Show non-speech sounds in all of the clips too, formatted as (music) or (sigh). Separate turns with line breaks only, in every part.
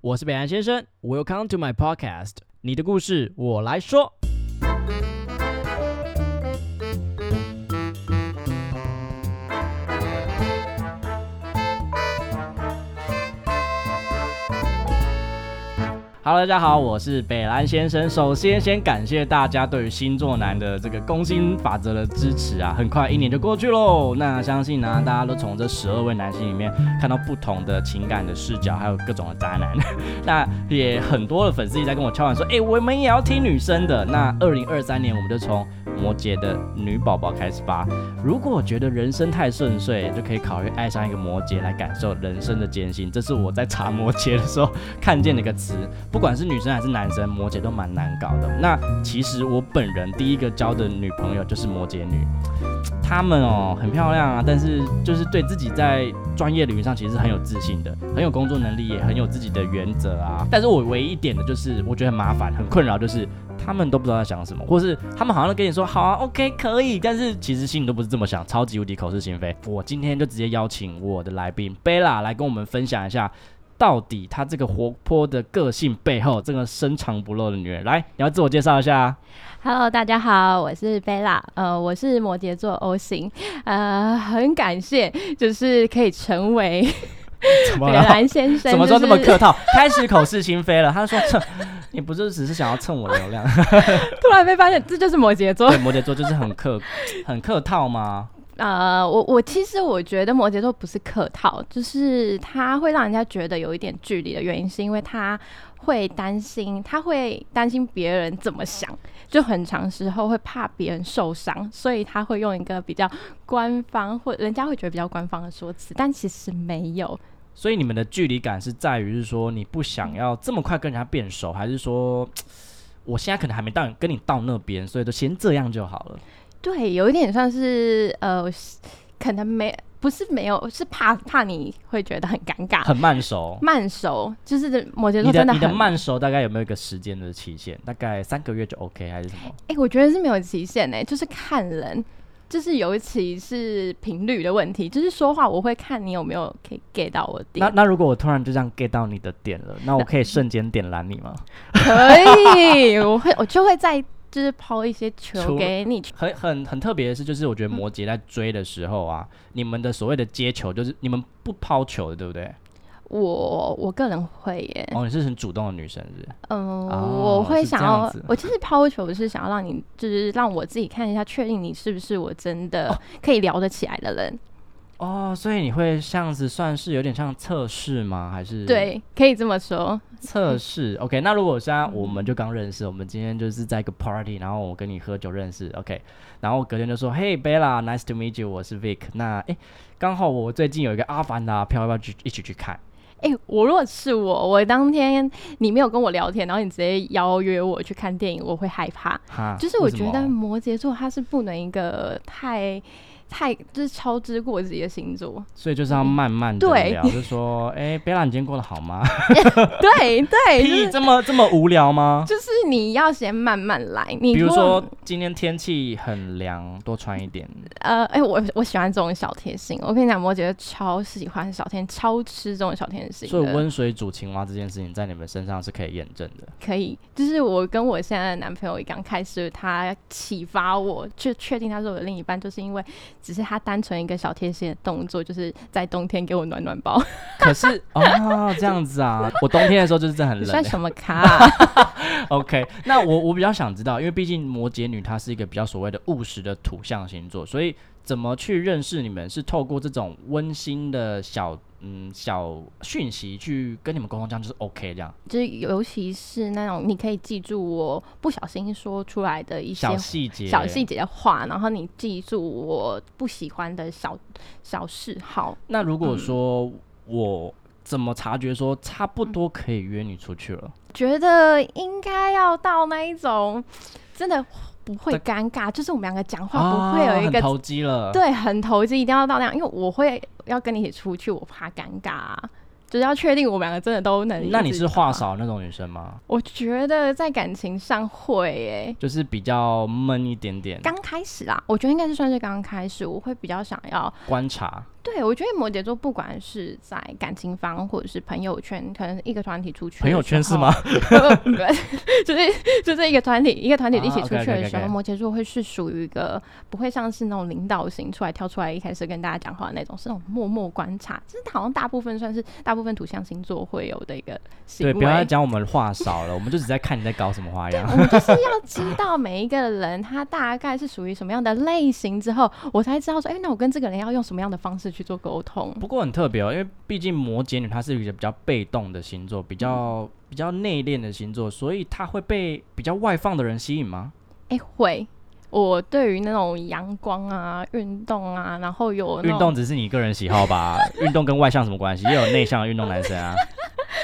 我是北岸先生，Welcome to my podcast，你的故事我来说。Hello，大家好，我是北兰先生。首先，先感谢大家对于星座男的这个攻心法则的支持啊！很快一年就过去喽，那相信呢、大家都从这十二位男性里面看到不同的情感的视角，还有各种的渣男。那也很多的粉丝一直在跟我敲碗说，哎、我们也要听女生的。那二零二三年，我们就从摩羯的女宝宝开始吧。如果觉得人生太顺遂，就可以考虑爱上一个摩羯来感受人生的艰辛。这是我在查摩羯的时候看见的一个词。不管是女生还是男生，摩羯都蛮难搞的。那其实我本人第一个交的女朋友就是摩羯女，她们哦很漂亮啊，但是就是对自己在专业领域上其实是很有自信的，很有工作能力，也很有自己的原则啊。但是我唯一一点的就是我觉得很麻烦、很困扰，就是他们都不知道在想什么，或是他们好像跟你说好啊，OK 可以，但是其实心里都不是这么想，超级无敌口是心非。我今天就直接邀请我的来宾贝拉来跟我们分享一下。到底她这个活泼的个性背后，这个深藏不露的女人，来，你要自我介绍一下啊。
Hello，大家好，我是贝拉，呃，我是摩羯座 O 型，呃，很感谢，就是可以成为
怎
北兰先生，
怎么说这
就
么
是
客套？ (laughs) 开始口是心非了。他说 (laughs) 蹭，你不是只是想要蹭我
(laughs)
流量？
突然被发现，这就是摩羯座
对，。摩羯座就是很客，很客套吗？
呃，我我其实我觉得摩羯座不是客套，就是他会让人家觉得有一点距离的原因，是因为他会担心，他会担心别人怎么想，就很长时候会怕别人受伤，所以他会用一个比较官方或人家会觉得比较官方的说辞，但其实没有。
所以你们的距离感是在于是说你不想要这么快跟人家变熟，还是说我现在可能还没到跟你到那边，所以就先这样就好了？
对，有一点算是呃，是可能没不是没有，是怕怕你会觉得很尴尬，
很慢熟。
慢熟，就是摩羯
你
座
的
真
你的
很
慢熟大概有没有一个时间的期限？大概三个月就 OK 还是什么？
哎、我觉得是没有极限哎、就是看人，就是尤其是频率的问题，就是说话我会看你有没有可以 get 到我的
那
点，
那如果我突然就这样 get 到你的点了，那我可以瞬间点燃你吗？
可以，我会我就会再就是抛一些球
除
给你，
很很很特别的是，就是我觉
嗯
得摩羯在追的时候啊，你们的所谓的接球，就是你们不抛球的，对不对？
我我个人会耶、
哦，你是很主动的女生，是不是？
嗯，
哦
我会
是这
想
样
要
子，
我其实抛球是想要让你，就是让我自己看一下，确定你是不是我真的可以聊得起来的人。
哦，所以你会这样子算是有点像测试吗？还是
对，嗯可以这么说。
测试？OK，那如果现在我们就刚认识，我们今天就是在一个 party，然后我跟你喝酒认识，OK，然后隔天就说，Hey Bella，nice to meet you，我是 Vic，那诶，刚好我最近有一个阿凡达票，要不要去一起去看？
哎、我如果是我，我当天你没有跟我聊天，然后你直接邀约我去看电影，我会害怕。
哈，
就是我
啊为什
觉
么
得摩羯座他是不能一个太太就是超之过自己的星座。 (laughs)
所以就是要慢慢的
嗯对
聊，就说，哎、贝拉，你今天过得好吗？
对对，就
屁，
是
这么这么无聊吗？
就是你要先慢慢来。你
比如
如
说
果
今天天气很凉，多穿一点。
呃，哎、我我喜欢这种小贴心。我跟你讲，摩羯超喜欢小贴，超吃这种小贴心的。
所以温水煮青蛙这件事情在你们身上是可以验证
(laughs)
的。
可以，就是我跟我现在的男朋友刚开始，他启发我去确定他是我的另一半，就是因为只是他单纯一个小贴心的动作，就是在冬天给我暖暖包。
可是哦，这样子啊，我冬天的时候就是真的很
你
冷欸
算。什么咖、 (laughs) 啊？
OK，那我我比较想知道，因为毕竟摩羯女她是一个比较所谓的务实的土象星座，所以怎么去认识你们是透过这种温馨的小嗯小讯息去跟你们沟通，这样就是 OK 这样。
就是尤其是那种你可以记住我不小心说出来的一些
小细节，
小细节的话，然后你记住我不喜欢的小小嗜好。
那如果
嗯
说我怎么察觉说差不多可以约你出去了？
觉得应该要到那一种真的不会尴尬，就是我们两个讲话不会有一个、
啊很投机了。，
对很投机，一定要到那样，因为我会要跟你一起出去，我怕尴尬、啊，就是要确定我们两个真的都能。
那你是话？少那种女生吗？
我觉得在感情上会诶、
就是比较闷一点点，
刚开始啊，我觉得应该是算是刚开始，我会比较想要
观察。
对，我觉得摩羯座不管是在感情方或者是朋友圈，可能一个团体出去，
朋友圈是吗？？
(laughs) 不不就是就是一个团体，一个团体一起
啊
出去的时候，
，OK，OK，OK，OK
摩羯座会是属于一个不会像是那种领导型出来跳出来一开始跟大家讲话的那种，是那种默默观察。这好像大部分算是大部分土象星座会有的一个行
对，
为。
不要再讲我们话少了，我们就只在看你在搞什么花样。
我们就是要知道每一个人他大概是属于什么样的类型之后，我才知道说，哎、那我跟这个人要用什么样的方式去做沟通。
不过很特别哦，因为毕竟摩羯女她是一个比较被动的星座，比
嗯
较比较内敛的星座，所以她会被比较外放的人吸引吗？
哎、会。我对于那种阳光啊、运动啊，然后有那
运
种
动只是你个人喜好吧，运动跟外向什么关系？也有内向的运动男生啊，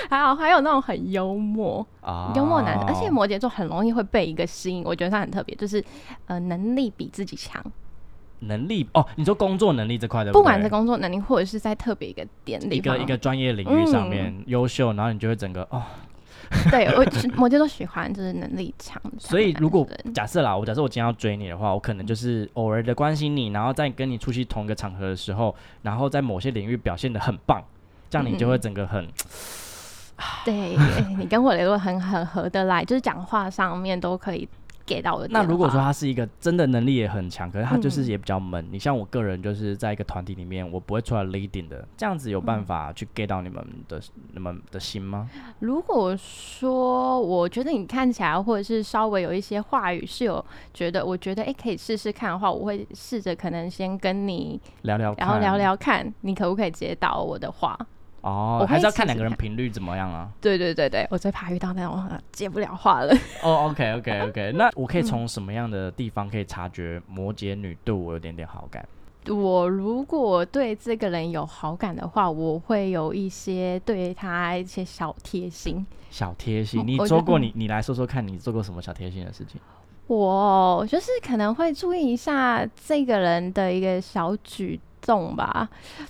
还有还有那种很幽默、
啊，
幽默男生，而且摩羯座很容易会被一个吸引，我觉得他很特别，就是呃能力比自己强，
能力哦，你说工作能力这块的，
不管是工作能力或者是在特别一个点
一
里
个
方，
一个专业领域上面
嗯
优秀，然后你就会整个哦。
对我是摩羯座喜欢就是能力强的男人。
所以如果假设啦，我假设我今天要追你的话，我可能
嗯
就是偶尔的关心你，然后在跟你出席同一个场合的时候，然后在某些领域表现的很棒，这样你就会整个
嗯
很
对、哎你跟我联络很很合得来，就是讲话上面都可以给到我的。
那如果说他是一个真的能力也很强，可
嗯
是他就是也比较闷。你像我个人就是在一个团体里面，我不会出来 leading 的，这样子有办法
嗯
去 get 到你们的、你们的心吗？
如果说我觉得你看起来，或者是稍微有一些话语是有觉得，我觉得诶可以试试看的话，我会试着可能先跟你，
聊聊看，
然后聊聊看你可不可以接到我的话。
哦
我，
还
会
是要
试
看两
试
个人
看
频率怎么样啊？
对对对对，我最怕遇到那种呃接不了话了。 (laughs)
哦、o k OK OK，那我可以从什么样的地方可以察觉摩羯女对我有点点好感？
我如果对这个人有好感的话，我会有一些对他一些小贴心。
小贴心，
嗯
你
我觉
做
得
过你你来说说看，你做过什么小贴心的事情？
我就是可能会注意一下这个人的一个小举动吧。 (sniffs)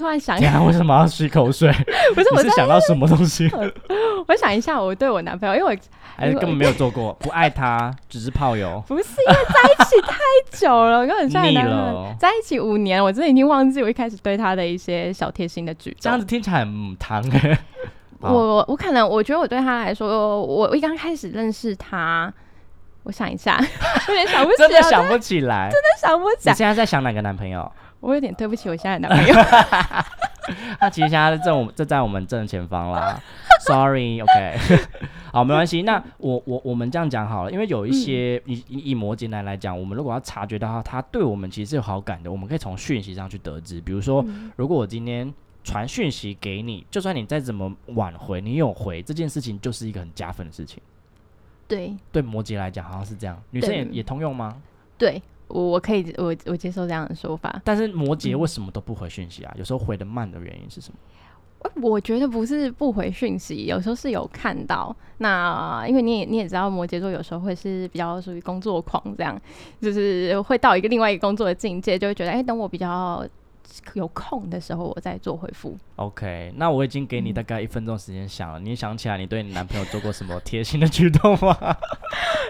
突然想
等一下为什么要吸口水？
哎 (laughs) 不是
你
我
是想到什么东西？
(laughs) 我想一下，我对我男朋友，因为我
还是根本没有做
(laughs)
过？不爱他，只是炮友？
不是因为在一起太久了，我跟我现在的男朋
腻
友
了哦
在一起五年，我真的已经忘记我一开始对他的一些小贴心的举
这样子
动。
听起来很母汤哎、好
我我可能我觉得我对他来说，我我一刚开始认识他，我想一下，有点想不起来，
真的想不起来。
真的想不起
你
来，
现在在想哪个男朋友？
我有点对不起我现在的男朋友。
他其实现在正我正在我们正前方啦。Sorry，OK，、好， (laughs) 没关系。那我我我们这样讲好了，因为有一些以以以摩羯男来讲，我们如果要察觉到他他对我们其实是有好感的，我们可以从讯息上去得知。比如说，如果我今天传讯息给你，就算你再怎么挽回，你有回这件事情，就是一个很加分的事情。
(laughs) 对
对摩羯来讲，好像是这样，女生也也通用吗？
对，我我可以我我接受这样的说法。
但是摩羯为什么都不回讯息啊？有时候回的慢的原因是什么？
我觉得不是不回讯息，有时候是有看到。那因为你也你也知道，摩羯座有时候会是比较属于工作狂，这样就是会到一个另外一个工作的境界，就会觉得哎、等我比较有空的时候，我再做回复。
OK，那我已经
嗯
给你大概一分钟时间想了，你想起来你对你男朋友做过什么贴心的举动
(laughs)
吗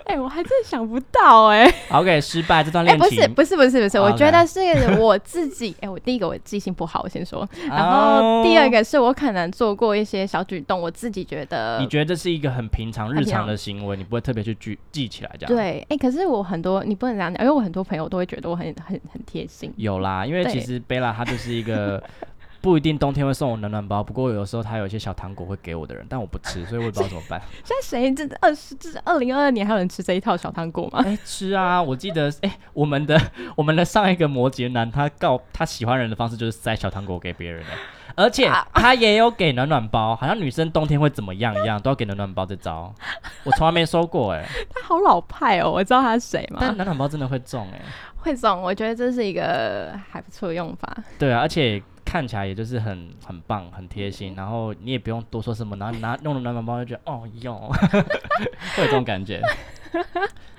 哎、我还真想不到哎、
？OK，失败这段
哎、
恋
不
情。
是不是不是不是，
哦
我
，OK
觉得是我自己。哎、我第一个我记性不好，我先
哦
说。然后第二个是我可能做过一些小举动，我自己觉得
哦，你觉得这是一个很平常日
很平
常
常
的行为，你不会特别去记记起来这样？，
对，哎、可是我很多你不能这样讲，因为我很多朋友都会觉得我很很很贴心。
有啦，因为其
对
实贝拉她就是一
(laughs)
个不一定冬天会送我暖暖包，不过有时候她有一些小糖果会给我的人，但我不吃，所以我也不知道怎么办。
现在谁这二十这二零二二年还有人吃这一套小糖果
(laughs)
吗？
哎、吃啊！我记得，哎、我们的我们的上一个摩羯男，他告他喜欢人的方式就是塞小糖果给别人、哎而且他也有给暖暖包，好像女生冬天会怎么样一样，都要给暖暖包这招，我从来没收过哎、
(laughs) 他好老派哦，我知道他是谁
但
吗？
暖暖包真的会中哎、
会总，我觉得这是一个还不错的用法。
对啊，而且看起来也就是很很棒，很贴
嗯
心，然后你也不用多说什么，然后你拿用了暖暖包就觉得哦
(laughs)
哟，会有这种感觉。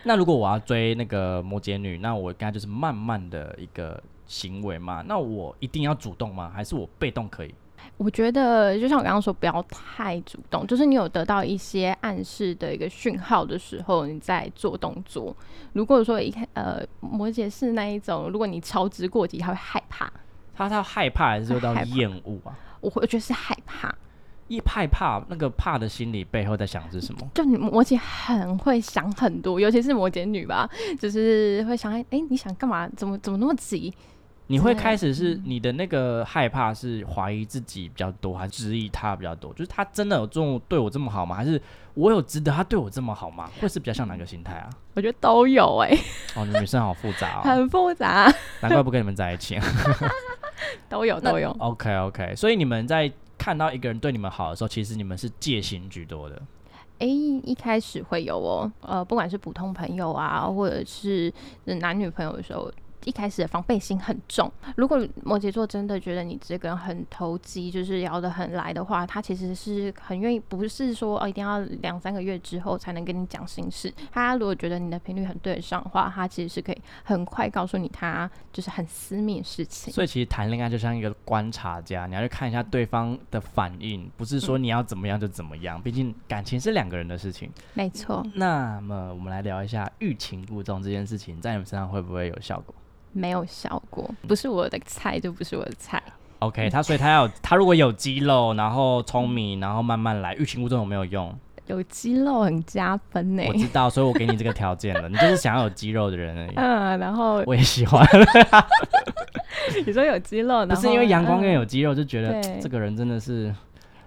那如果我要追那个摩羯女，那我跟她就是慢慢的一个行为嘛，那我一定要主动吗？还是我被动可以？
我觉得就像我刚刚说，不要太主动，就是你有得到一些暗示的一个讯号的时候，你再做动作。如果说一开呃摩羯是那一种，如果你操之过急，他会害怕。
他到害怕还是到
害怕
厌恶啊？
我会我觉得是害怕，
一害怕那个怕的心理背后在想是什么？
就你摩羯很会想很多，尤其是摩羯女吧，就是会想，哎、你想干嘛？怎么怎么那么急？
你会
对
开始是你的那个害怕是怀疑自己比较多，还是质疑他比较多？就是他真的有这种对我这么好吗？还是我有值得他对我这么好吗？会是比较像哪个心态啊？
我觉得都有哎、
哦，你们女生好复杂哦，
很复杂，
难怪不跟你们在一起。
(laughs)
(laughs)
都有
那
都有。
OK OK，所以你们在看到一个人对你们好的时候，其实你们是戒心居多的。
哎、一开始会有哦，呃，不管是普通朋友啊，或者是男女朋友的时候，一开始的防备心很重。如果摩羯座真的觉得你这个人很投机，就是聊得很来的话，他其实是很愿意，不是说哦一定要两三个月之后才能跟你讲心事。他如果觉得你的频率很对得上的话，他其实是可以很快告诉你他就是很私密的事情。
所以其实谈恋爱就像一个观察家，你要去看一下对方的反应，不是说你要怎么样就怎么样，毕竟感情是两个人的事情。
没错，
那么我们来聊一下欲擒故纵这件事情，在你们身上会不会有效果
没有效果，不是我的菜就不是我的菜。
？OK，他所以他要他如果有肌肉，然后聪明，然后慢慢来，欲擒故纵有没有用？
有肌肉很加分欸呢、
我知道，所以我给你这个条件 (laughs) 了，你就是想要有肌肉的人而 (laughs) 已。
(laughs) 嗯，然后
我也喜欢， (laughs)
你说有肌肉，
不
然
是
后
因为阳光
嗯
跟有肌肉就觉得
对
这个人真的是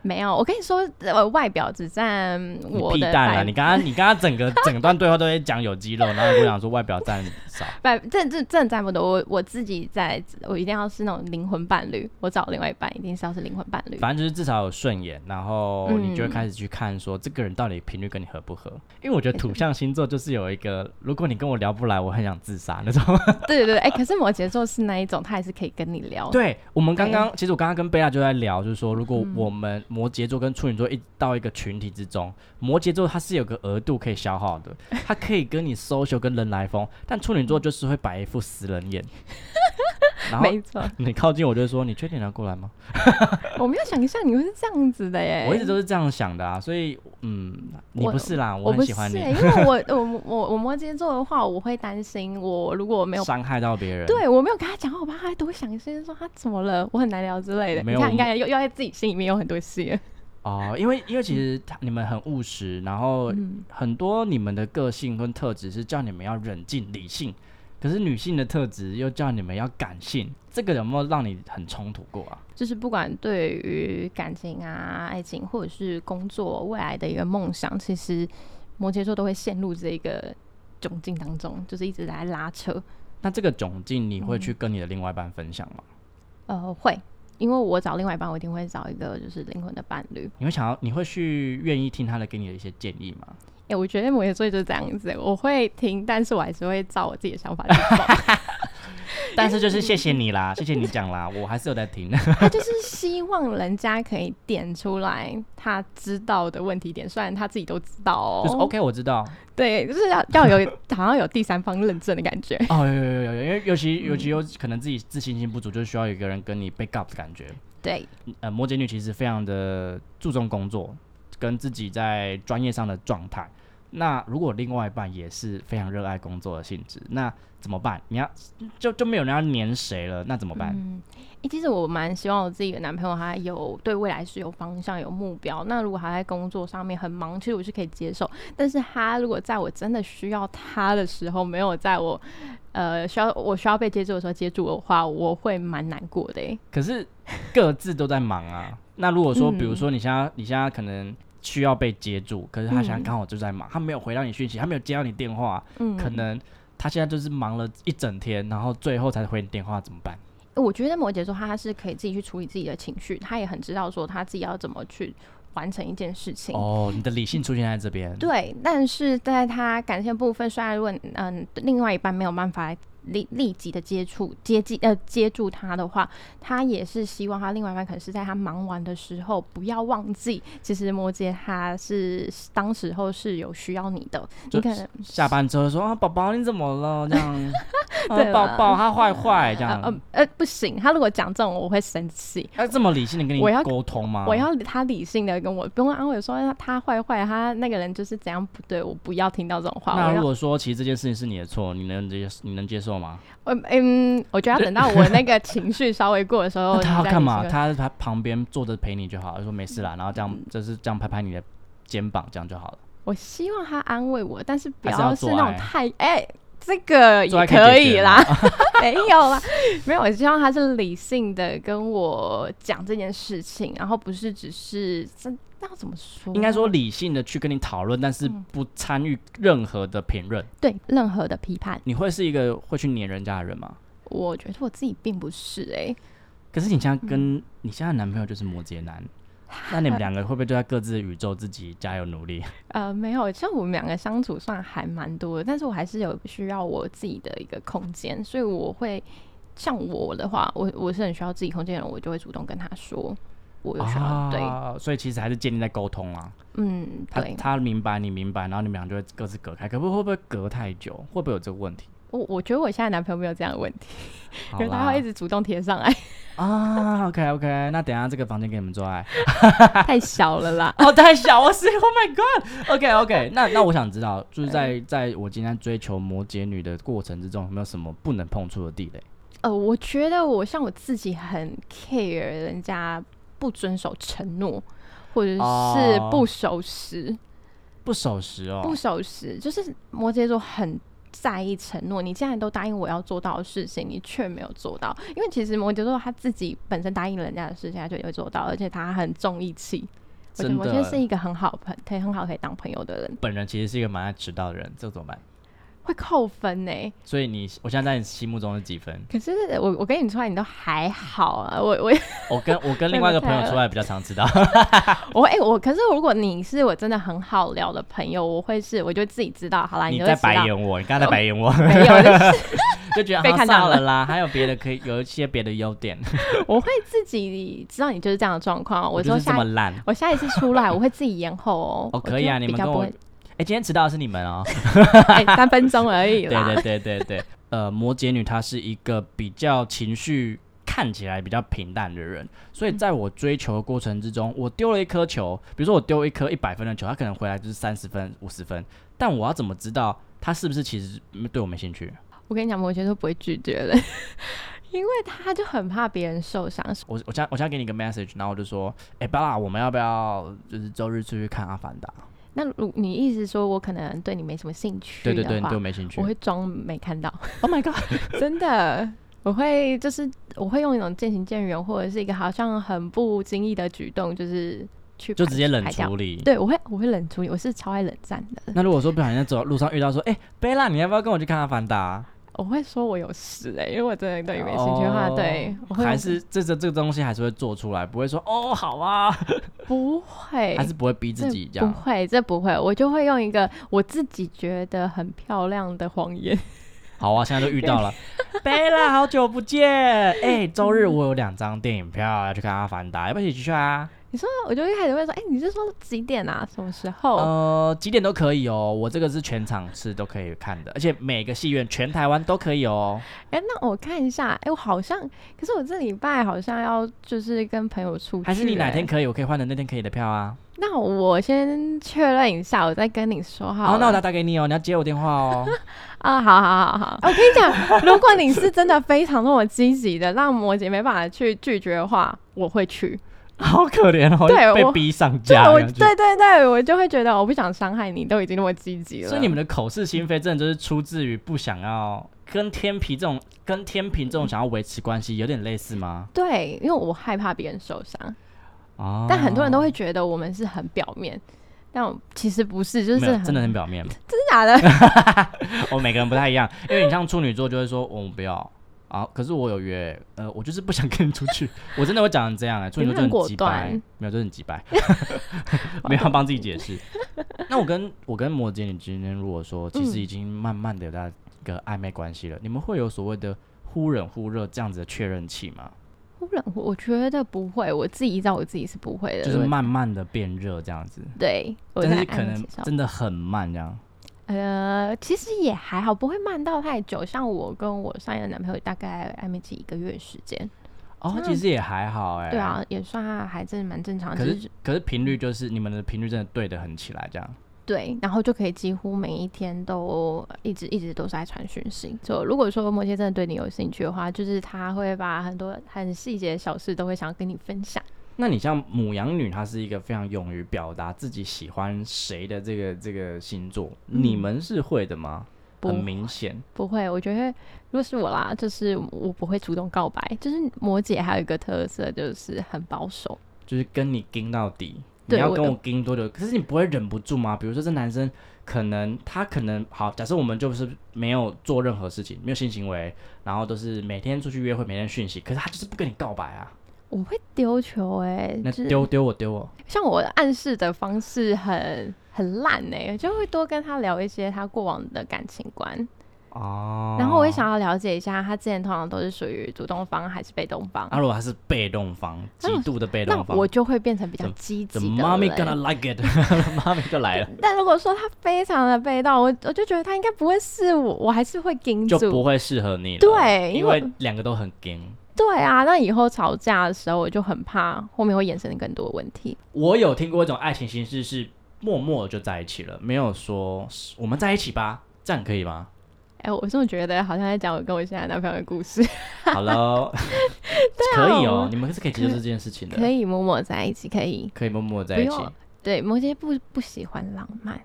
没有，我跟你说，呃，外表只占
你
我
屁
的
蛋啊！
百
你刚刚你刚刚整个整段对话都在讲有肌肉，然后你跟我讲说外表占少，
百这这这占不多。我我自己在，我一定要是那种灵魂伴侣，我找另外一半一定是要是灵魂伴
(laughs)
侣。
反正就是至少有顺眼，然后你就会
嗯
开始去看说这个人到底频率跟你合不合。因为我觉得土象星座就是有一个，如果你跟我聊不来，我很想自
(laughs)
杀那种。
对对对，哎、可是摩羯座是那一种，他还是可以跟你聊。
对我们刚
哎
刚，其实我刚刚跟贝拉就在聊，就是说如果我们摩羯座跟处女座一到一个群体之中，摩羯座它是有个额度可以消耗
(laughs)
的，它可以跟你 social 跟人来疯，但处女座就是会摆一副死人
(laughs)
眼，然后
没错，
你靠近我就会说：“你确定你要过来吗
我没有想象你会是这样子的？”耶。
我一直都是这样想的啊，所以嗯，你
我
不是啦，
我
很
不
喜欢
是、
你，
欸，因为我 (laughs) 我我我摩羯座的话，我会担心我如果没有
伤害到别人。
对我没有跟他讲话，我怕他多想一些，说他怎么了，我很难聊之类的。
没
你
有
看，
我
你看，又又在自己心里面有很多戏了。
哦，因为因为其实他你们很务实，然后很多你们的个性跟特质是叫你们要冷静理性，可是女性的特质又叫你们要感性，这个有没有让你很冲突过啊？
就是不管对于感情啊、爱情，或者是工作未来的一个梦想，其实摩羯座都会陷入这个窘境当中，就是一直在拉扯。
那这个窘境你会去跟你的另外一半分享吗？
呃，会，因为我找另外一半，我一定会找一个就是灵魂的伴侣。
你会想要，你会去愿意听他的给你的一些建议吗？
哎、我觉得摩羯座就是这样子、我会听，但是我还是会照我自己的想法去做。
但是就是谢谢你啦，谢谢你讲啦，我还是有在听。
他就是希望人家可以点出来他知道的问题点，虽然他自己都知道哦。
就是 OK，我知道。
对，就是要要有好像有第三方认证的感觉。 (laughs)
哦，有有有有，因为尤其尤其有可能自己自信心不足，就需要有一个人跟你 back up 的感觉。
对，
呃，摩羯女其实非常的注重工作跟自己在专业上的状态。那如果另外一半也是非常热爱工作的性质，那怎么办？你要就就没有人要黏谁了，那怎么办？
嗯，诶其实我蛮希望我自己的男朋友他有对未来是有方向、有目标。那如果他在工作上面很忙，其实我是可以接受。但是他如果在我真的需要他的时候，没有在我呃需要我需要被接住的时候接住我的话，我会蛮难过的、欸诶
可是各自都在忙啊。那如果说，比
嗯
如说你现在你现在可能需要被接住，可是他现在刚好就在忙，他没有回到你讯息，他没有接到你电话，
嗯，
可能他现在就是忙了一整天，然后最后才回你电话，怎么办？
我觉得摩羯座他是可以自己去处理自己的情绪，他也很知道说他自己要怎么去完成一件事情。
哦，你的理性出现在这边，
对，但是在他感性部分，虽然如果嗯、另外一半没有办法立立即的接触接近呃接住他的话，他也是希望他另外一半可能是在他忙完的时候不要忘记，其实摩羯他是当时候是有需要你的，
就
你可能
下班之后说啊，宝宝你怎么了？这
(laughs)
样，
对
啊，宝
啦
宝他坏坏这
呃
样
呃。呃不行，他如果讲这种我会生气，
他这么理性的跟你
我要
沟通吗？
我要他理性的跟我，不用安慰说哎他坏坏，他那个人就是怎样不对，我不要听到这种话。
那
我
如
要
果说其实这件事情是你的错，你能接你能接受座吗？
我嗯，我觉得要等到我那个情绪稍微过的时候，
(laughs) 那他要
哦再嗯
干嘛？
说
他他旁边坐着陪你就好，就说没事啦，然后这样就是这样拍拍你的肩膀，这样就好了。
我希望他安慰我，但是不
还是要
要是
做
那
爱
种太哎、这个
做爱可以
也可
解
以
决
啦， (laughs) 没有啦，没有。我希望他是理性的跟我讲这件事情，然后不是只是这那要怎么说啊？
应该说理性的去跟你讨论，但是
嗯
不参与任何的评论。
对任何的批判，
你会是一个会去黏人家的人吗？
我觉得我自己并不是哎、
可是你现在跟
嗯
你现在的男朋友就是摩羯男，那你们两个会不会就在各自的宇宙自己加油努力？
呃，没有，其实我们两个相处算还蛮多的，但是我还是有需要我自己的一个空间，所以我会像我的话，我我是很需要自己空间的人，我就会主动跟他说我有需要，对，
啊，所以其实还是建立在沟通啊。
嗯，
他
对，
他明白你明白，然后你们俩就会各自隔开，可不会不会隔太久？会不会有这个问题？
我我觉得我现在男朋友没有这样的问题，
好
(laughs) 因为他
啦
会一直主动贴上来，
啊，OK OK，那等一下这个房间给你们做爱。
太小了啦。
哦，太小，我是 Oh my God，OK OK，那那我想知道，就是在在我今天追求摩羯女的过程之中，有没有什么不能碰触的地雷？
呃，我觉得我像我自己很 care 人家不遵守承诺，或者是
哦
不守时。
不守时哦，
不守时，就是摩羯座很在意承诺。你既然都答应我要做到的事情，你却没有做到，因为其实摩羯座他自己本身答应人家的事情，他就会做到，而且他很重义气。我觉得
真
摩羯是
的。
一个很好朋，可以很好可以当朋友的人，
本人其实是一个蛮爱迟到的人，这怎么办？
会扣分呢、
所以你，我现在在你心目中是几分？
可是我我跟你出来，你都还好啊。我我
我跟我跟另外一个朋友出来比较常迟
(laughs)
到，
我哎、我可是如果你是我真的很好聊的朋友，我会是我就自己知道好啦，
你
就
在
会知
白
道
眼我，你刚才在白眼我，
没有，就是
(laughs) 就觉得
被
啊
看
算
到
了啦，还有别的可以有一些别的优
(laughs)
点，
我会自己知道你就是这样的
(laughs)
状况。啊我
就
说
是这
下
么烂。。
我下一次出来，我会自己延后哦
哦，可以啊，
我就
你
比
们
较
跟
不
我
会，
哎，今天迟到的是你们哦。
(laughs) 哎
(laughs)
三分钟而已啦。
对对对对对，呃，摩羯女她是一个比较情绪看起来比较平淡的人，所以在我追求的过程之中，我丢了一颗球，比如说我丢一颗一百分的球，她可能回来就是三十分、五十分，但我要怎么知道她是不是其实嗯对我没兴趣？
我跟你讲，摩羯都不会拒绝的， (laughs) 因为他就很怕别人受伤。
我我现在我现在给你一个 message，然后我就说，哎、巴拉，我们要不要就是周日出去看《阿凡达
那如你意思说我可能对你没什么兴》？趣
对
的
对
话，
对，你对我没兴趣
我。会装没
(laughs)
看到，
Oh my god！
真的。我会就是我会用一种渐行渐远，或者是一个好像很不经意的举动，就是去
就
排
直接冷
排掉
处理。
对，我会我会冷处理，我是超爱冷战的。
那如果说不小心在走路上遇到说，哎、贝拉，你要不要跟我去看《阿凡达》？
我会说我有事哎、因为我真的对你没兴趣的话，
哦
对，我会
还是这这这个东西还是会做出来，不会说哦好啊，
不会，
还是不会逼
哎这
自己这
不
样。
会，这不会，我就会用一个我自己觉得很漂亮的谎言。 (laughs)
好啊，现在都遇到了，贝拉，好久不见，哎、周日我有两张电影票要去看《阿凡达》，要不要一起去啊？
你说，我就一开始会说，哎、你是说几点啊？什么时候？
呃，几点都可以哦，我这个是全场是都可以看的，而且每个戏院全台湾都可以哦。
哎、那我看一下，哎、我好像，可是我这礼拜好像要就是跟朋友出去、
还是你哪天
哎？
可以，我可以换成那天可以的票啊。
那我先确认一下，我再跟你说好了。
好，那我打打给你哦，你要接我电话哦。
啊，好好好好，我跟你讲， (laughs) 如果你是真的非常那么积极的，让摩羯没办法去拒绝的话，我会去。
好可怜哦，
对
被
我
逼上
对，
架。
我
感觉
对对对，我就会觉得我不想伤害你，都已经那么积极了。
所以你们的口是心非，真的就是出自于不想要跟天平这种跟天平这种想要维持关系，有点类似吗？
对，因为我害怕别人受伤，
哦，
但很多人都会觉得我们是很表面，但我其实不是，就是
没有
很
真的很表面。
真假的。 (laughs)
(laughs) 我、哦每个人不太一样，因为你像处女座就会说，哦我不要。啊！可是我有约，呃，我就是不想跟你出去， (laughs) 我真的会讲成这样哎、处女座就
你们很果
很鸡掰
断，
没有，就很鸡
(laughs)
掰，没有帮自己解释。那我跟我跟摩羯女之间，如果说其
嗯
实已经慢慢的有在一个暧昧关系了，你们会有所谓的忽冷忽热这样子的确认期吗？
忽然，我觉得不会，我自己知道我自己是不会的。
就是
我
慢慢的变热这样子，
对，我
但
在
是可
安慰
能
介绍
真的很慢这样。
呃，其实也还好，不会慢到太久。像我跟我上一任男朋友大概暧昧期一个月时间，
哦，
嗯
其实也还好哎、
对，啊啊，也算还真的蛮正常。
可
只
是可是频率就是你们的频率真的对得很起来这样。
对，然后就可以几乎每一天都一直一直都是在传讯息。就如果说摩羯真的对你有兴趣的话，就是他会把很多很细节的小事都会想要跟你分享。
那你像母羊女，她是一个非常勇于表达自己喜欢谁的这个这个星座，你们是会的吗？
嗯不
很明显，
不会，我觉得如果是我啦，就是我不会主动告白。就是摩羯还有一个特色就是很保守，
就是跟你盯到底，你
对
要
我
跟我盯多久？可是你不会忍不住吗？比如说这男生可能他可能好，假设我们就是没有做任何事情，没有性行为，然后都是每天出去约会，每天讯息，可是他就是不跟你告白啊，
我会丢球哎、
那
就是
丢丢我丢我，
像我暗示的方式很很烂哎、就会多跟他聊一些他过往的感情观，
哦，
然后我也。想要了解一下他之前通常都是属于主动方还是被动方，
啊，如果他是被动方，极
那我
度的被
啊那
动方，
我就会变成比较
怎么
积极
怎
的
么妈咪
人
gonna like it，妈咪 (laughs) 就来了，
但如果说他非常的被动，我我就觉得他应该不会是我，我还是会盯
就
住。
不会适合你了。
对
因
因为
为两个都很 g
对啊，那以后吵架的时候，我就很怕后面会衍生更多问题。
我有听过一种爱情形式是默默就在一起了，没有说我们在一起吧，这样可以
(laughs)
吗？
哎、我这么觉得，好像在讲我跟我现在男朋友的
(laughs)
故事，
好喽，可以哦，你们是可以接受这件事情的，
啊可以默默在一起，可以
可以默默在
不
一起
用。。啊对，摩羯不不喜欢浪漫，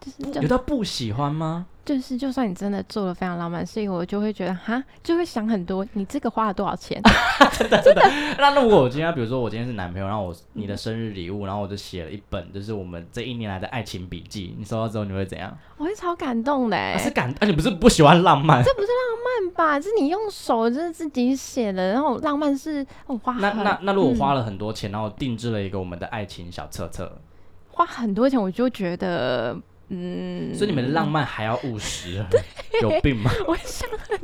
就是就
有到不喜欢吗？ (laughs)
就是，就算你真的做了非常浪漫的事情，我就会觉得哈，就会想很多，你这个花了多
(laughs)
少钱？
那如果我今天，比如说我今天是男朋友，然后我你的生日礼物，然后我就写了一本，就是我们这一年来的爱情笔记，你收到之后你会怎样？
我会超感动的、欸。
啊、是感，啊，你不是不喜欢浪漫？
这不是浪漫吧？是你用手，这是自己写的，然后浪漫是哦花
那
很
那那如果花了很多钱，然后定制了一个我们的爱情小册册，
花很多钱，我就觉得嗯，
所以你们的浪漫还要务
(laughs)
实， (laughs) 有病吗
我想很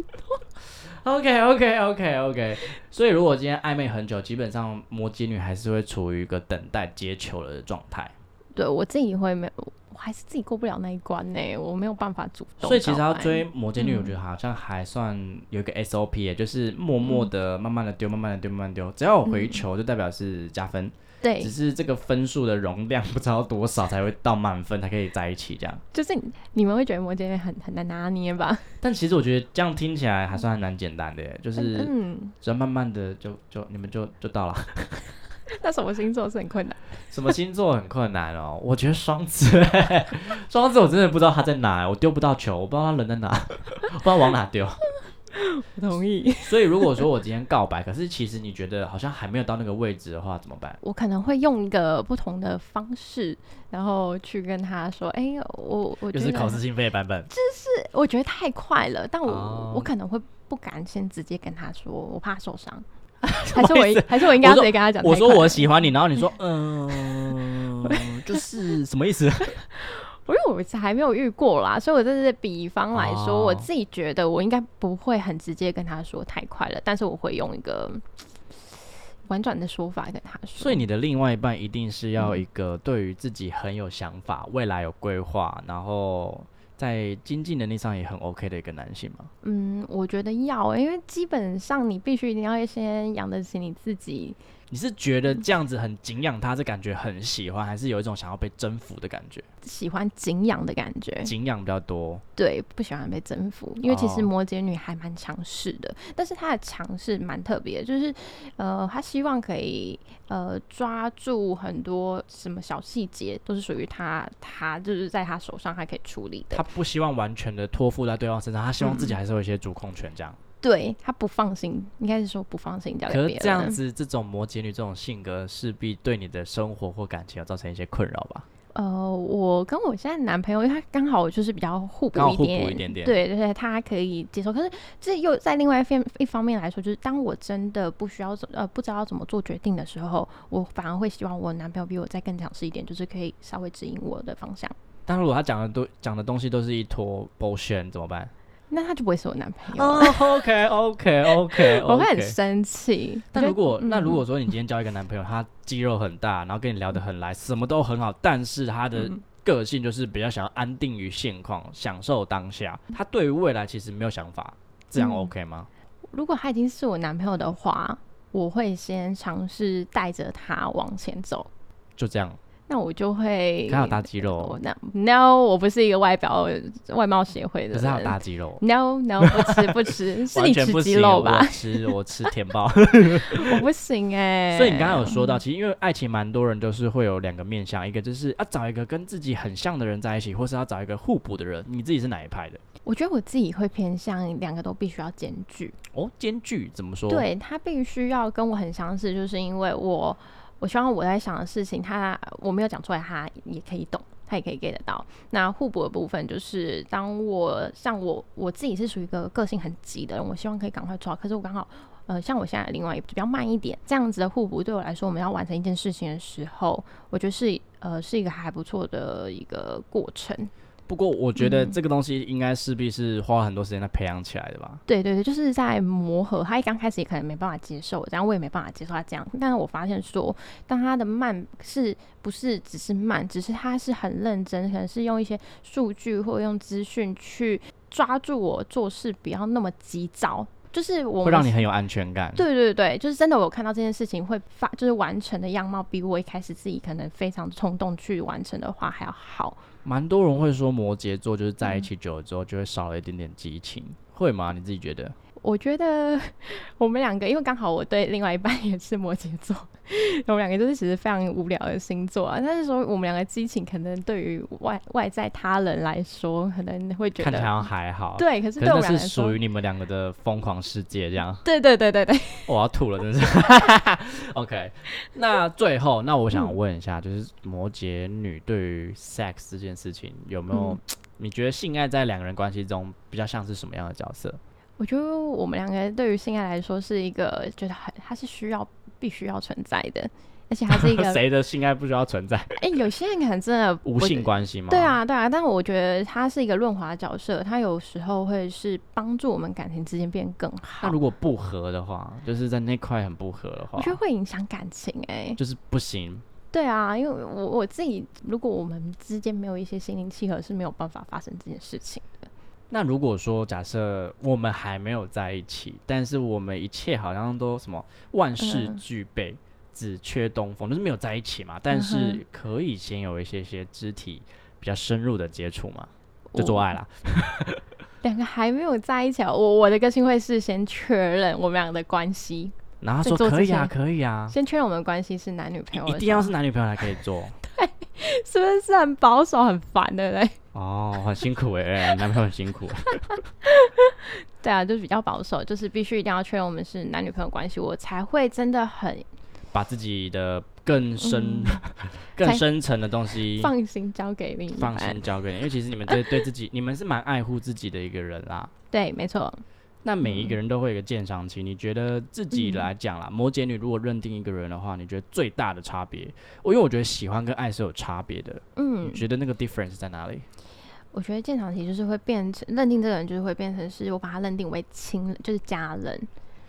？OK OK OK OK，所以如果今天暧昧很久，基本上摩羯女还是会处于一个等待接球的状态，
对我自己会没有，我还是自己过不了那一关呢、我没有办法主动。
所以其实要，追摩羯女，我觉得好像还算有
嗯
一个 SOP，也就是默默的、慢慢的丢、慢慢的丢、慢慢地丢，只要有回球就代表是加分，
嗯对
只，是这个分数的容量不知道多少才会到满分才可以在一起这样。
就是你你们会觉得摩羯很很难拿捏吧？
但其实我觉得这样听起来还算蛮简单的耶， (laughs) 就是
嗯，
只要慢慢的就就你们就就到了。 (laughs)
那什么星座是很困难？
什么星座很困难哦？我觉得双子， (laughs) 双子我真的不知道他在哪，我丢不到球，我不知道他人在哪， (laughs) 我不知道往哪丢。
我同意，
所以如果说我今天告白，可是其实你觉得好像还没有到那个位置的话，怎么办？
(laughs) 我可能会用一个不同的方式，然后去跟他说，哎、我我觉
就
得
是考试心肺版本。
我觉得太快了，但我、
哦
我可能会不敢先直接跟他说，我怕受
(laughs)
伤，
什
还
么
是我
意思
还是我应该要
我
直
说
接跟他讲太快
我
了。
说我喜欢你，然后你说嗯、
(laughs)
就是什么意思？
因为我还没有遇过啦，所以我这是比方来说，
哦
我自己觉得我应该不会很直接跟他说太快了，但是我会用一个婉转的说法跟他说。
所以你的另外一半一定是
嗯
要一个对于自己很有想法、未来有规划，然后在经济能力上也很 OK 的一个男性嘛。
嗯，我觉得要、因为基本上你必须一定要先养得起你自己。
你是觉得
嗯
这样子很敬仰他，是感觉很喜欢，还是有一种想要被征服的感觉？
喜欢敬仰的感觉，
敬仰比较多，
对，不喜欢被征服，因为其实
哦
摩羯女还蛮强势的，但是她的强势蛮特别的，就是呃，她希望可以呃抓住很多什么小细节，都是属于她，她就是在她手上，她可以处理的
他。不希望完全的托付在对方身上，他希望自
嗯
己还是有一些主控权这样。
对，她不放心，应该是说不放心交给
可
别
是
人。
这样，子，这种摩羯女这种性格，势必对你的生活或感情有造成一些困扰吧？
呃，我跟我现在男朋友，因为他刚好就是比较互补
刚好
一
互补
点，
一点点
对，就是他可以接受。可是这又在另外一方一方面来说，就是当我真的不需要怎呃不知道怎么做决定的时候，我反而会希望我男朋友比我再更强势一点，就是可以稍微指引我的方向。
但如果他讲的都讲的东西都是一坨 bullshit，怎么办？
那他就不会是我男朋友了，
哦、o k OK OK， (laughs)
我会很生气。
但
我觉
如
得
果、那
嗯
如果说你今天交一个男朋友，他肌肉很大，然后跟你聊得很来，什么都很好，但是他的
嗯
个性就是比较想要安定于现况，享受当下，他对于未来其实没有想法，这样
嗯
OK 吗？
如果他已经是我男朋友的话，我会先尝试带着他往前走。
就这样，
那我就会
还有大肌肉
我，那 no，我不是一个外表外貌协会
可
的人，
是还有大肌肉，
no no 不吃不
(laughs)
吃，是你
完全不
吃鸡
行
肉
我
吧？
吃我吃甜包。
我 (laughs) 不行哎、
所以你刚刚有说到，其实因为爱情，蛮多人都是会有两个面向，一个就是要找一个跟自己很像的人在一起，或是要找一个互补的人。你自己是哪一派的？
我觉得我自己会偏向两个都必须要兼具，
哦，兼具怎么说？，
对他必须要跟我很相似，就是因为我我希望我在想的事情，他我没有讲出来，他也可以懂。他也可以 get 得到。那互补的部分就是，当我像我我自己是属于一个个性很急的人，我希望可以赶快抓。可是我刚好，呃，像我现在的另外一比较慢一点，这样子的互补对我来说，我们要完成一件事情的时候，我觉得是呃是一个还不错的一个过程。
不过我觉
嗯
得这个东西应该势必是花了很多时间来培养起来的吧。
对对对，就是在磨合。他一刚开始也可能没办法接受，然后我也没办法接受他这样。但是我发现说，当他的慢是不是只是慢，只是他是很认真，可能是用一些数据或用资讯去抓住我做事，不要那么急躁。就是我
会
们
让你很有安全感。
对对对，就是真的，我有看到这件事情会发，就是完成的样貌比我一开始自己可能非常冲动去完成的话还要好。
蛮多人会说摩羯座就是
嗯
在一起久了之后就会少了一点点激情，会吗？你自己觉得？
我觉得 (laughs) 我们两个，因为刚好我对另外一半也是摩羯座，我们两个就是其实非常无聊的星座啊。但是说我们两个激情，可能对于外外在他人来说，可能会觉
看起来好
得
像还好，，啊
对，可是
可是
对我
那
们两
是
个来
属
说，
于你们两个的疯狂世界这
(laughs)
样。
对对对对对，
我要吐了，真
(laughs)
是。OK，那最后，那我想问一下，
嗯
就是摩羯女对于 sex 这件事情有没有？
嗯
你觉得性爱在两个人关系中比较像是什么样的角色？
我觉得我们两个对于性爱来说是一个觉得很，它是需要必须要存在的，而且还是一个
(laughs) 谁的性爱不需要存在
哎、有些人可能真的
无
不
性关系吗？
对，啊，对啊，但我觉得他是一个润滑角色，他有时候会是帮助我们感情之间变更好
那。如果不合的话，就是在那块很不合的话
我觉，得会影响感情哎、
就是不行。
对啊，因为我我自己，如果我们之间没有一些心灵契合，是没有办法发生这件事情的。
那如果说假设我们还没有在一起，但是我们一切好像都什么万事
嗯
俱备，只缺东风，就是没有在一起嘛。但
嗯
是可以先有一些些肢体比较深入的接触嘛，就
我
做爱啦。
两个还没有在一起啊，我我的个性会是先确认我们俩的关系，
然后
在
说
做
可
之
以啊，
前
可以
(laughs)
啊，
先确认我们的关系是男女朋友
一
的
定
时
要
候
是男女朋友才可以做。
(laughs) 是不是很保守、很烦，对不对？
哦，很辛苦哎、欸，男朋友很辛苦。
对啊，就是比较保守，就是必须一定要确认我们是男女朋友关系，我才会真的很
把自己的更深、
嗯
(laughs) 更
才
深层的东西
放心交给另一半。
放心交给你，因为其实你们
(laughs)
对对自己，你们是蛮爱护自己的一个人啦。
对，没错。
那每
嗯
一个人都会有一个鉴赏期，你觉得自己来讲啦，摩羯女如果认定一个人的话，你觉得最大的差别？我因为我觉得喜欢跟爱是有差别的，
嗯
你，觉得那个 difference 在哪里？
我觉得鉴赏题就是会变成认定这个人，就是会变成是我把他认定为亲人，就是家人，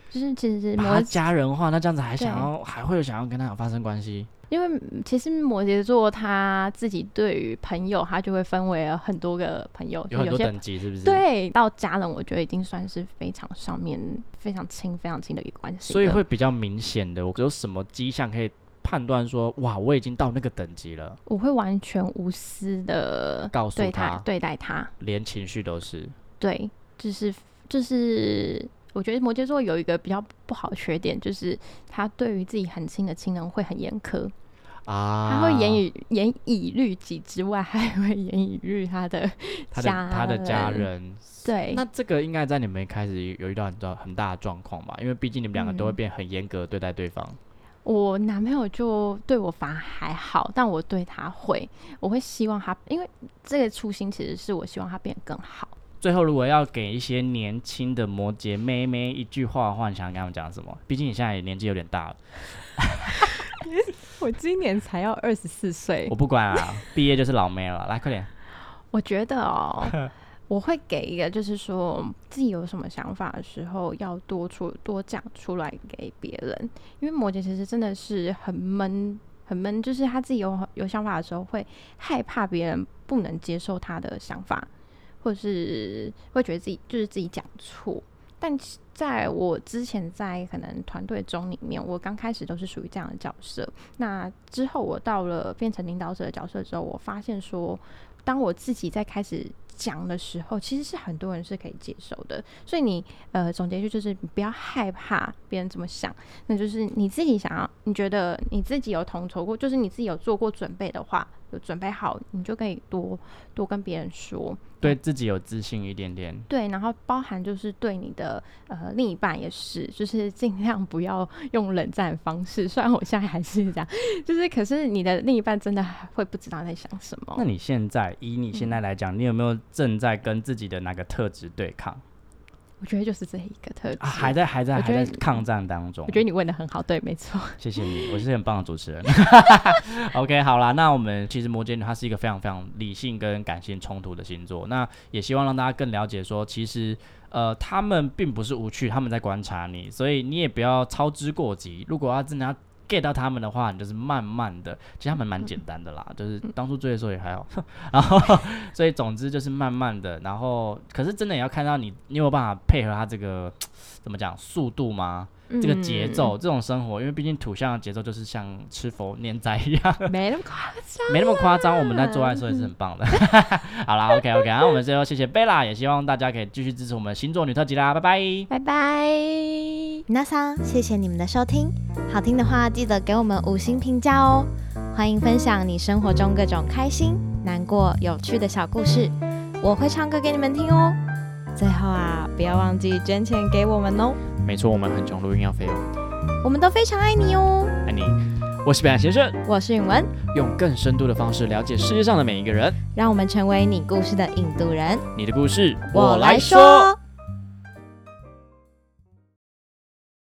就是其实
把他
摩，
家人化，那这样子还
对啊
想要还会有想要跟他有发生关系？
因为嗯其实摩羯座他自己对于朋友，他就会分为了很多个朋友，就
有很多
些
等级是不是？。
对到家人，我觉得已经算是非常上面非常亲、非常亲的一个关系了，
所以会比较明显的，我有什么迹象可以判断说，哇，我已经到那个等级了，
我会完全无私的
告诉
对
他
他对待他，
连情绪都是。
对，就是就是，我觉得摩羯座有一个比较不好的缺点，就是他对于自己很亲的亲人会很严苛，
啊，
他会严以严以律己之外， (laughs) 还会严以律他的
他的他的家
人。
人。
对
那这个应该在你们一开始有遇到很大很大的状况吧？因为毕竟你们两个都会
嗯
变很严格对待对方。
我男朋友就对我反而还好，但我对他会，我会希望他，因为这个初心其实是我希望他变得更好。
最后，如果要给一些年轻的摩羯妹妹一句话的话，你想跟他们讲什么？毕竟你现在也年纪有点大了，
我今年才要二十四岁
我不管啊，毕业就是老妹了。来，快点，
我觉得哦，我会给一个，就是说自己有什么想法的时候，要多出多讲出来给别人，因为摩羯其实真的是很闷，很闷，就是他自己有有想法的时候，会害怕别人不能接受他的想法，或是会觉得自己就是自己讲错。但其在我之前在可能团队中里面，我刚开始都是属于这样的角色。那之后我到了变成领导者的角色之后，我发现说，当我自己在开始讲的时候，其实是很多人是可以接受的。所以你呃总结一句就是，不要害怕别人怎么想，那就是你自己想要，你觉得你自己有统筹过，就是你自己有做过准备的话，有准备好，你就可以多多跟别人说。
对自己有自信一点点。
对，然后包含就是对你的呃另一半也是，就是尽量不要用冷战方式。虽然我现在还是这样，就是可是你的另一半真的会不知道在想什
那
么。
你现在以你
嗯
现在来讲，你有没有正在跟自己的哪个特质对抗
我觉得就是这一个特质。
啊？还在还在
我
还
觉得
在抗战当中
我？觉得你问的很好，对，没错。 (laughs)
谢谢你，我是很棒的主持人。OK，好啦，那我们其实摩羯女她是一个非常非常理性跟感性冲突的星座，那也希望让大家更了解说，其实呃他们并不是无趣，他们在观察你，所以你也不要操之过急。如果要真的要 get 到他们的话，你就是慢慢的，其实他们蛮简单的啦，就是当初追的时候也还好， (laughs) 然后所以总之就是慢慢的，然后可是真的也要看到你，你有没有办法配合他这个怎么讲速度吗？
嗯
这个节奏，这种生活，因为毕竟土象的节奏就是像吃佛念斋一样， (laughs)
嗯没那么夸张。
没那么夸张。我们在做爱的时候也是很棒的。 (laughs) 好啦 o k OK，然后我们最后谢谢贝拉，也希望大家可以继续支持我们的星座女特辑啦，拜拜。
拜拜。
皆さん，谢谢你们的收听，好听的话记得给我们五星评价哦。欢迎分享你生活中各种开心、难过、有趣的小故事，我会唱歌给你们听哦。最后啊，不要忘记捐钱给我们哦，
没错，我们很穷，录音要费用。
我们都非常爱你哦。
爱你，我是北岸先生，
我是允文，
用更深度的方式了解世界上的每一个人。
让我们成为你故事的引渡人。
你的故事，。
说。